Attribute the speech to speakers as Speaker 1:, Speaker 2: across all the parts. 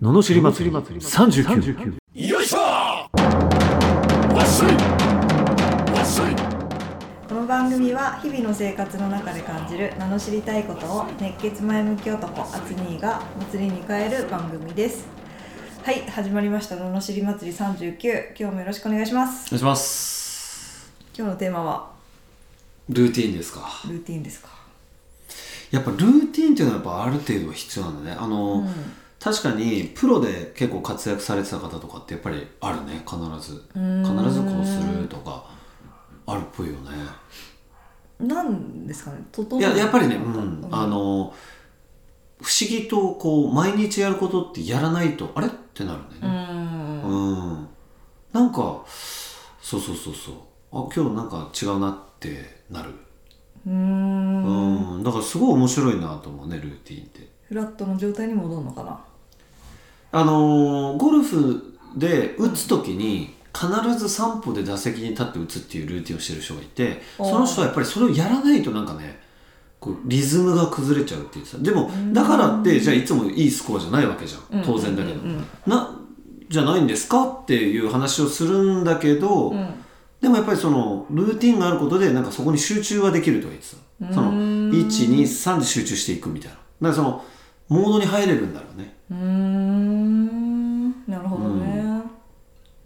Speaker 1: ののしり祭り39
Speaker 2: よいしょわっしょいわっしょい
Speaker 3: この番組は日々の生活の中で感じる名の知りたいことを熱血前向き男アツニーが祭りに変える番組ですはい始まりました「ののしり祭り39」今日もよろしくお願いします
Speaker 4: お願いします
Speaker 3: 今日のテーマは
Speaker 4: ルーティンですか
Speaker 3: ルーティンですか
Speaker 4: やっぱルーティンっていうのはやっぱある程度は必要なんだねあの、
Speaker 3: うん
Speaker 4: 確かにプロで結構活躍されてた方とかってやっぱりあるね必ず
Speaker 3: ーん
Speaker 4: 必ずこうするとかあるっぽいよね
Speaker 3: なんですかね整
Speaker 4: いややっぱりね、う
Speaker 3: うん
Speaker 4: ん、あの不思議とこう毎日やることってやらないとあれってなるんだよ
Speaker 3: う
Speaker 4: ね
Speaker 3: ん
Speaker 4: うん、なんかそうそうそうそうあ今日なんか違うなってなる
Speaker 3: うーん
Speaker 4: うん、だからすごい面白いなと思うねルーティンって
Speaker 3: フラットの状態に戻るのかな
Speaker 4: あのーゴルフで打つ時に必ず3歩で打席に立って打つっていうルーティンをしてる人がいて
Speaker 3: おー
Speaker 4: その人はやっぱりそれをやらないとなんかねこうリズムが崩れちゃうって言ってたでも
Speaker 3: ん
Speaker 4: だからってじゃあいつもいいスコアじゃないわけじゃ
Speaker 3: うん
Speaker 4: ん当然だけど、
Speaker 3: うんうん
Speaker 4: なじゃないんですかっていう話をするんだけど、
Speaker 3: うん
Speaker 4: でもやっぱりそのルーティンがあることでなんかそこに集中はできるとは言ってたそうの
Speaker 3: ーん
Speaker 4: 123で集中していくみたいなだからそのモードに入れるんだろうね
Speaker 3: うーんなるほどね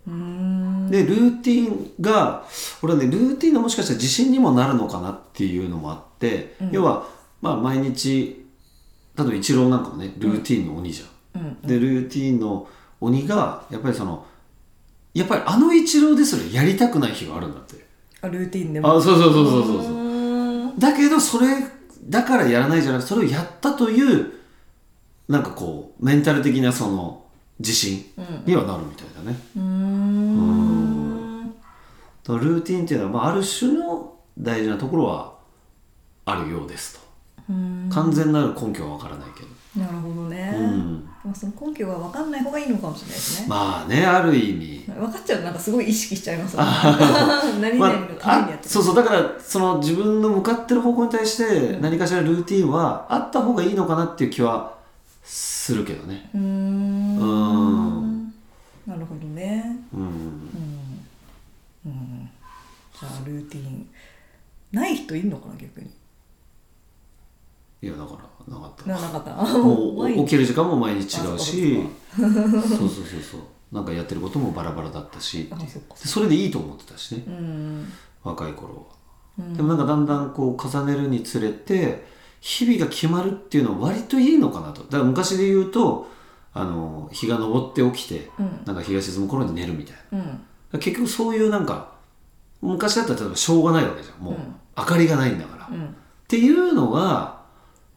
Speaker 3: うーん
Speaker 4: でルーティンが俺はねルーティンがもしかしたら自信にもなるのかなっていうのもあって、
Speaker 3: うん
Speaker 4: 要はまあ毎日例えばイチローなんかもねルーティンの鬼じゃん、
Speaker 3: うん
Speaker 4: でルーティンの鬼がやっぱりそのやっぱりあのイチローですらやりたくない日があるんだって
Speaker 3: あルーティンでも
Speaker 4: あそうそうそうそうそうそう
Speaker 3: うーん
Speaker 4: だけどそれだからやらないじゃなくてそれをやったというなんかこうメンタル的なその自信にはなるみたいだね、
Speaker 3: うーん
Speaker 4: だからルーティンっていうのは、まあ、ある種の大事なところはあるようです
Speaker 3: うーん
Speaker 4: と
Speaker 3: な
Speaker 4: 完全なる根拠はわからないけど、
Speaker 3: るほどね、
Speaker 4: うん
Speaker 3: まあ、その根拠が分かんない方がいいのかもしれないですね、
Speaker 4: まあねある意味
Speaker 3: 分かっちゃうとなんかすごい意識しちゃいますよね何々のために
Speaker 4: あ
Speaker 3: やっ、てる
Speaker 4: そうそうだからその自分の向かってる方向に対して何かしらルーティンはあった方がいいのかなっていう気はするけどね
Speaker 3: うーん
Speaker 4: うん
Speaker 3: なるほどね
Speaker 4: うん
Speaker 3: じゃあルーティンない人いるのかな逆に
Speaker 4: いやだからなか った
Speaker 3: ななかった
Speaker 4: もう
Speaker 3: 毎日
Speaker 4: 起きる時間も毎日違うし そうそうそうそうなんかやってることもバラバラだったしっていう
Speaker 3: あそっか
Speaker 4: でそれでいいと思ってたしね
Speaker 3: うん
Speaker 4: 若い頃
Speaker 3: う
Speaker 4: は、でもなんかだんだんこう重ねるにつれて日々が決まるっていうのは割といいのかなとだから昔で言うとあの日が昇って起きて、
Speaker 3: うん
Speaker 4: なんか日が沈む頃に寝るみたいな
Speaker 3: うん
Speaker 4: 結局そういうなんか昔だったら例えばしょうがないわけじゃんもう、
Speaker 3: うん
Speaker 4: 明かりがないんだから、っ
Speaker 3: うん
Speaker 4: ていうのが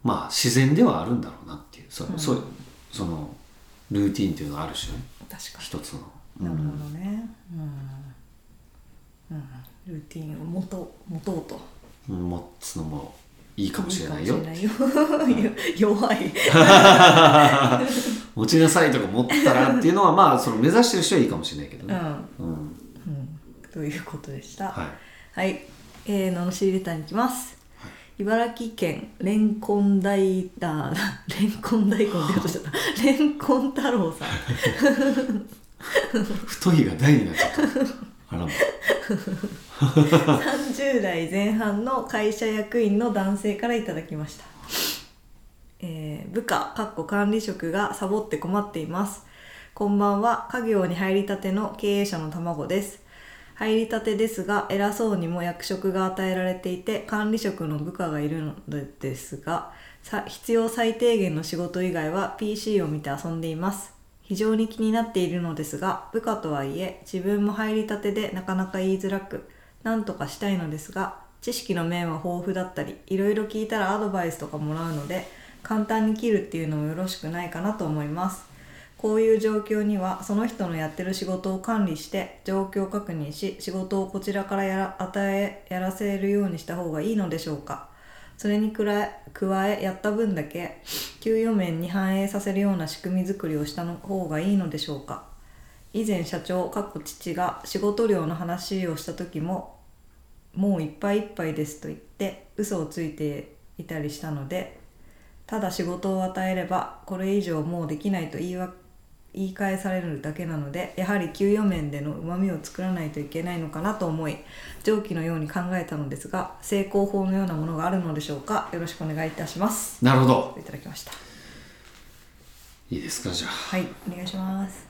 Speaker 4: まあ自然ではあるんだろうなっていうそ,、うそうそのルーティンっていうのがある種ね
Speaker 3: 確か
Speaker 4: 一つの、う
Speaker 3: になるほ
Speaker 4: ん
Speaker 3: どねうん、うん、ルーティンを持とう持とうと
Speaker 4: 持つのもいいかもしれないよ
Speaker 3: いいかもしれないよ 弱い
Speaker 4: 持ちなさいとか持ったらっていう のはまあその目指してる人はいいかもしれないけど
Speaker 3: う
Speaker 4: ね、
Speaker 3: ん
Speaker 4: うん
Speaker 3: ということでした
Speaker 4: はい
Speaker 3: い、えー、ののしりレターに行きます、茨城県レンコン大あー レンコン大根って言おうとしちゃったレンコン太郎さん
Speaker 4: 太いが大になっちゃったあらま
Speaker 3: 30代前半の会社役員の男性からいただきました、えー部下かっこ管理職がサボって困っていますこんばんは家業に入りたての経営者の卵です入りたてですが偉そうにも役職が与えられていて管理職の部下がいるのですがさ必要最低限の仕事以外は PC を見て遊んでいます非常に気になっているのですが部下とはいえ自分も入りたてでなかなか言いづらく何とかしたいのですが知識の面は豊富だったりいろいろ聞いたらアドバイスとかもらうので簡単に切るっていうのもよろしくないかなと思いますこういう状況にはその人のやってる仕事を管理して状況確認し仕事をこちらからやら与えやらせるようにした方がいいのでしょうかそれにくら加えやった分だけ給与面に反映させるような仕組み作りをしたの方がいいのでしょうか以前社長かっこ父が仕事量の話をした時も「もういっぱいいっぱいです」と言って嘘をついていたりしたのでただ仕事を与えればこれ以上もうできないと言いわ言い返されるだけなのでやはり給与面でのうまみを作らないといけないのかなと思い上記のように考えたのですが成功法のようなものがあるのでしょうかよろしくお願いいたします
Speaker 4: なるほど
Speaker 3: といただきました
Speaker 4: いいですかじゃあ
Speaker 3: はいお願いします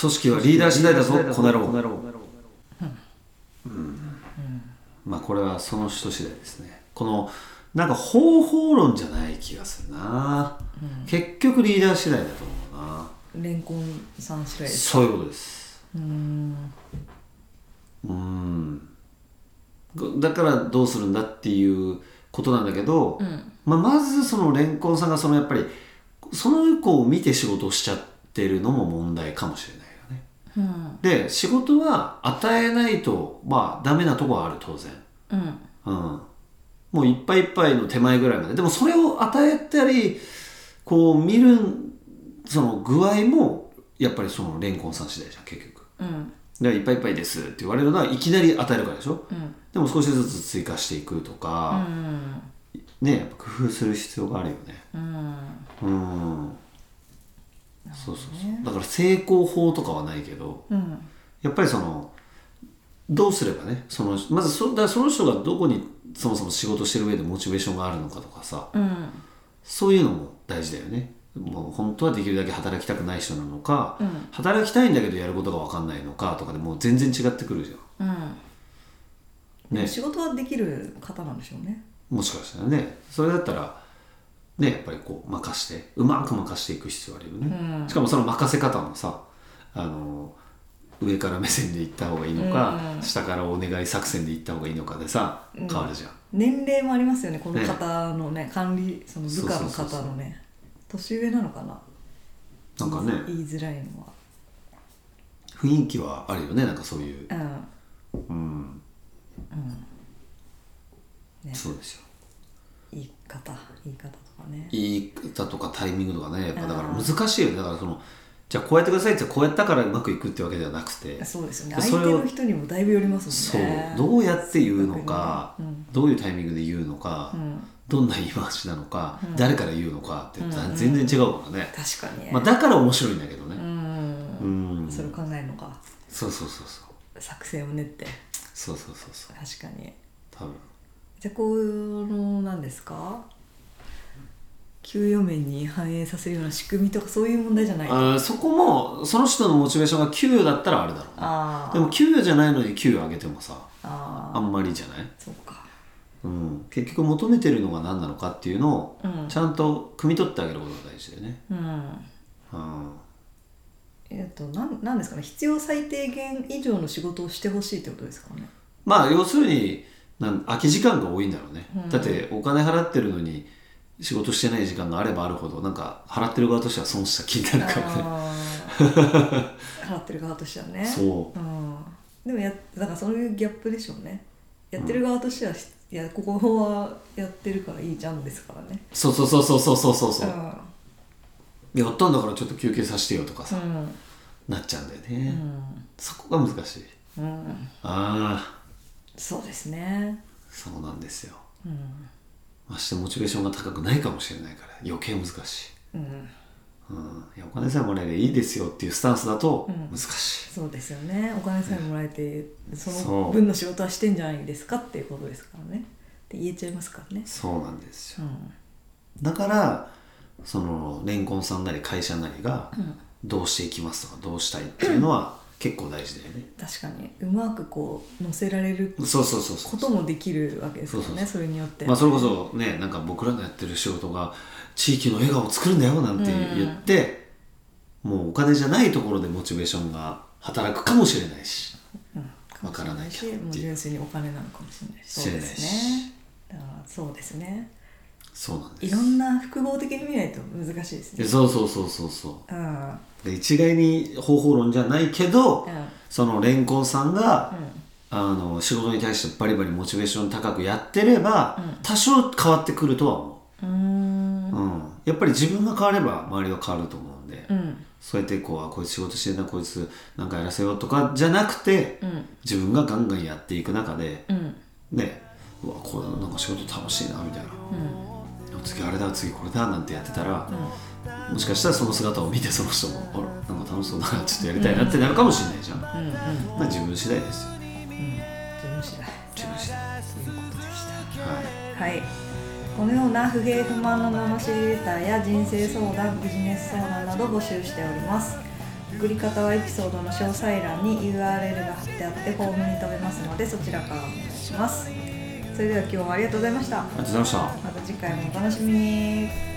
Speaker 4: 組織はリーダー次第だぞこの野郎まあこれはその人次第ですねこのなんか方法論じゃない気がするな、結局リーダー次第だと思うな
Speaker 3: レンコンさん次第です
Speaker 4: そういうことです
Speaker 3: うーん
Speaker 4: うんだからどうするんだっていうことなんだけど、
Speaker 3: うん
Speaker 4: まあ、まずそのレンコンさんがそのやっぱりその子を見て仕事をしちゃってるのも問題かもしれないよね
Speaker 3: うん
Speaker 4: で仕事は与えないとまあダメなとこはある当然
Speaker 3: うん
Speaker 4: うんもういっぱいいっぱいの手前ぐらいまででもそれを与えたりこう見るその具合もやっぱりそのレンコンさん次第じゃん結局
Speaker 3: うん
Speaker 4: でいっぱいいっぱいですって言われるのはいきなり与えるからでしょ
Speaker 3: うん
Speaker 4: でも少しずつ追加していくと
Speaker 3: う
Speaker 4: か、
Speaker 3: ん
Speaker 4: ねやっぱ工夫する必要があるよね
Speaker 3: うん
Speaker 4: うんそうそうそうだから成功法とかはないけど、
Speaker 3: うん
Speaker 4: やっぱりそのどうすればねそのまずそだからその人がどこにそもそも仕事してる上でモチベーションがあるのかとかさ
Speaker 3: うん
Speaker 4: そういうのも大事だよねもう本当はできるだけ働きたくない人なのか、
Speaker 3: うん
Speaker 4: 働きたいんだけどやることが分かんないのかとかでもう全然違ってくるじゃ
Speaker 3: うん
Speaker 4: んね
Speaker 3: 仕事はできる方なんでしょうね
Speaker 4: もしかしたらねそれだったらねやっぱりこう任してうまく任していく必要あるよね、
Speaker 3: うん
Speaker 4: しかもその任せ方もさあの上から目線で行った方がいいのか、
Speaker 3: うん
Speaker 4: 下からお願い作戦で行った方がいいのかでさ
Speaker 3: うん
Speaker 4: 変わるじゃん、
Speaker 3: 年齢もありますよねこの
Speaker 4: ね
Speaker 3: 方のね管理その部下の
Speaker 4: そうそうそう
Speaker 3: 方
Speaker 4: そう
Speaker 3: のね年上なのかな
Speaker 4: なんかね
Speaker 3: 言いづらいのは
Speaker 4: 雰囲気はあるよねなんかそういう
Speaker 3: うん
Speaker 4: うん、
Speaker 3: ね
Speaker 4: そうですよ
Speaker 3: 言い方言い方とかね
Speaker 4: 言い方とかタイミングとかねやっぱだから
Speaker 3: うん
Speaker 4: 難しいよねだからそのじゃあこうやってくださいってこうやったからうまくいくってわけではなくて
Speaker 3: そうですよね
Speaker 4: でそ
Speaker 3: 相
Speaker 4: れ
Speaker 3: 手
Speaker 4: を
Speaker 3: の人にもだいぶよります
Speaker 4: そ
Speaker 3: も
Speaker 4: うん
Speaker 3: ね
Speaker 4: どうやって言うのか、
Speaker 3: うん
Speaker 4: どういうタイミングで言うのか、
Speaker 3: うん
Speaker 4: どんな言い回しなのか、
Speaker 3: うん
Speaker 4: 誰から言うのかって
Speaker 3: うんうん
Speaker 4: 全然違うからね、
Speaker 3: 確かにね
Speaker 4: まあ、だから面白いんだけど
Speaker 3: う
Speaker 4: ね、うんん
Speaker 3: それを考えるのか
Speaker 4: そうそうそうそう
Speaker 3: 作戦を練って
Speaker 4: そうそうそうそう
Speaker 3: 確かに
Speaker 4: 多分
Speaker 3: じゃあこの何ですか給与面に反映させるような仕組みとかそういう問題じゃないあ
Speaker 4: あーそこもその人のモチベーションが給与だったらあれだろうね
Speaker 3: あ
Speaker 4: でも給与じゃないのに給与上げてもさ
Speaker 3: あ
Speaker 4: あ
Speaker 3: あ
Speaker 4: んまりじゃない、
Speaker 3: そうか
Speaker 4: うん、結局求めてるのが何なのかっていうのを
Speaker 3: うん
Speaker 4: ちゃんと汲み取ってあげることが大事だよね、
Speaker 3: うん
Speaker 4: うん、
Speaker 3: えっとなんなんですかね必要最低限以上の仕事をしてほしいってことですかね
Speaker 4: まあ要するになん空き時間が多いんだろうね、
Speaker 3: うん
Speaker 4: だってお金払ってるのに仕事してない時間があればあるほどなんか払ってる側としては損した気になるからね
Speaker 3: あー払ってる側としてはね
Speaker 4: そ
Speaker 3: うん、でもやだからそういうギャップでしょうねやってる側としては、しいやここはやってるからいいじゃんですからね
Speaker 4: うそうそうそうそうそうそうそうそううんやったんだからちょっと休憩させてよとかさ、
Speaker 3: うん
Speaker 4: なっちゃうんだよね、
Speaker 3: うん
Speaker 4: そこが難しい
Speaker 3: うん
Speaker 4: ああ
Speaker 3: そうですね
Speaker 4: そうなんですよ
Speaker 3: うん
Speaker 4: ましてモチベーションが高くないかもしれないから余計難しい,、
Speaker 3: うん
Speaker 4: うん、いやお金さえもらえればいいですよっていうスタンスだと難しい、
Speaker 3: そうですよねお金さえもらえてそ
Speaker 4: そ
Speaker 3: の
Speaker 4: う
Speaker 3: 分の仕事はしてんじゃないですかっていうことですからねって言えちゃいますからね
Speaker 4: そうなんですよ
Speaker 3: うん
Speaker 4: だからそのレンコンさんなり会社なりが
Speaker 3: うん
Speaker 4: どうしていきますとかどうしたいっていうのは結構大事だよね
Speaker 3: 確かにうまくこう乗せられる
Speaker 4: そうそうそうそ
Speaker 3: こ
Speaker 4: う
Speaker 3: ともできるわけですよね
Speaker 4: そ
Speaker 3: そう
Speaker 4: そう
Speaker 3: れによって、
Speaker 4: まあそれこそねなんか僕らのやってる仕事が地域の笑顔を作るんだよなんて言って、もうお金じゃないところでモチベーションが働くかもしれないし
Speaker 3: うん
Speaker 4: わからないけどって
Speaker 3: かもしれなしもう
Speaker 4: いう
Speaker 3: 純粋にお金なのかもしれない
Speaker 4: し
Speaker 3: そ
Speaker 4: れ
Speaker 3: う
Speaker 4: ない
Speaker 3: で
Speaker 4: し
Speaker 3: すねだからそうですね
Speaker 4: そうなんで
Speaker 3: い
Speaker 4: す
Speaker 3: ろんな複合的に見ないと難しいです
Speaker 4: で
Speaker 3: ね
Speaker 4: そうそうそうそうそ
Speaker 3: うんうん
Speaker 4: うで一概に方法論じゃないけど、そのレンコンさんが、あの仕事に対してバリバリモチベーション高くやってれば、
Speaker 3: うん
Speaker 4: 多少変わってくるとは思
Speaker 3: うん
Speaker 4: う、うんやっぱり自分が変われば周りは変わると思うんで、
Speaker 3: うん
Speaker 4: そうやってこうあこいつ仕事してんなこいつなんかやらせようとかじゃなくて
Speaker 3: うん
Speaker 4: 自分がガンガンやっていく中で
Speaker 3: うん
Speaker 4: ねうわこれなんか仕事楽しいなみたいな、次あれだ次これだなんてやってたら、もしかしたらその姿を見てその人もあらなんか楽しそうだなちょっとやりたいなってなるかもしれないじゃん、ま
Speaker 3: うんうん
Speaker 4: あ自分次第ですよね
Speaker 3: 自分次第
Speaker 4: 自分次第は
Speaker 3: ということでした
Speaker 4: い
Speaker 3: はいこのような不平不満の罵りレターや人生相談ビジネス相談など募集しております送り方はエピソードの詳細欄に URL が貼ってあってフォームに飛べますのでそちらからお願いしますそれでは今日はありがとうございました
Speaker 4: ありがとうございました
Speaker 3: また次回もお楽しみに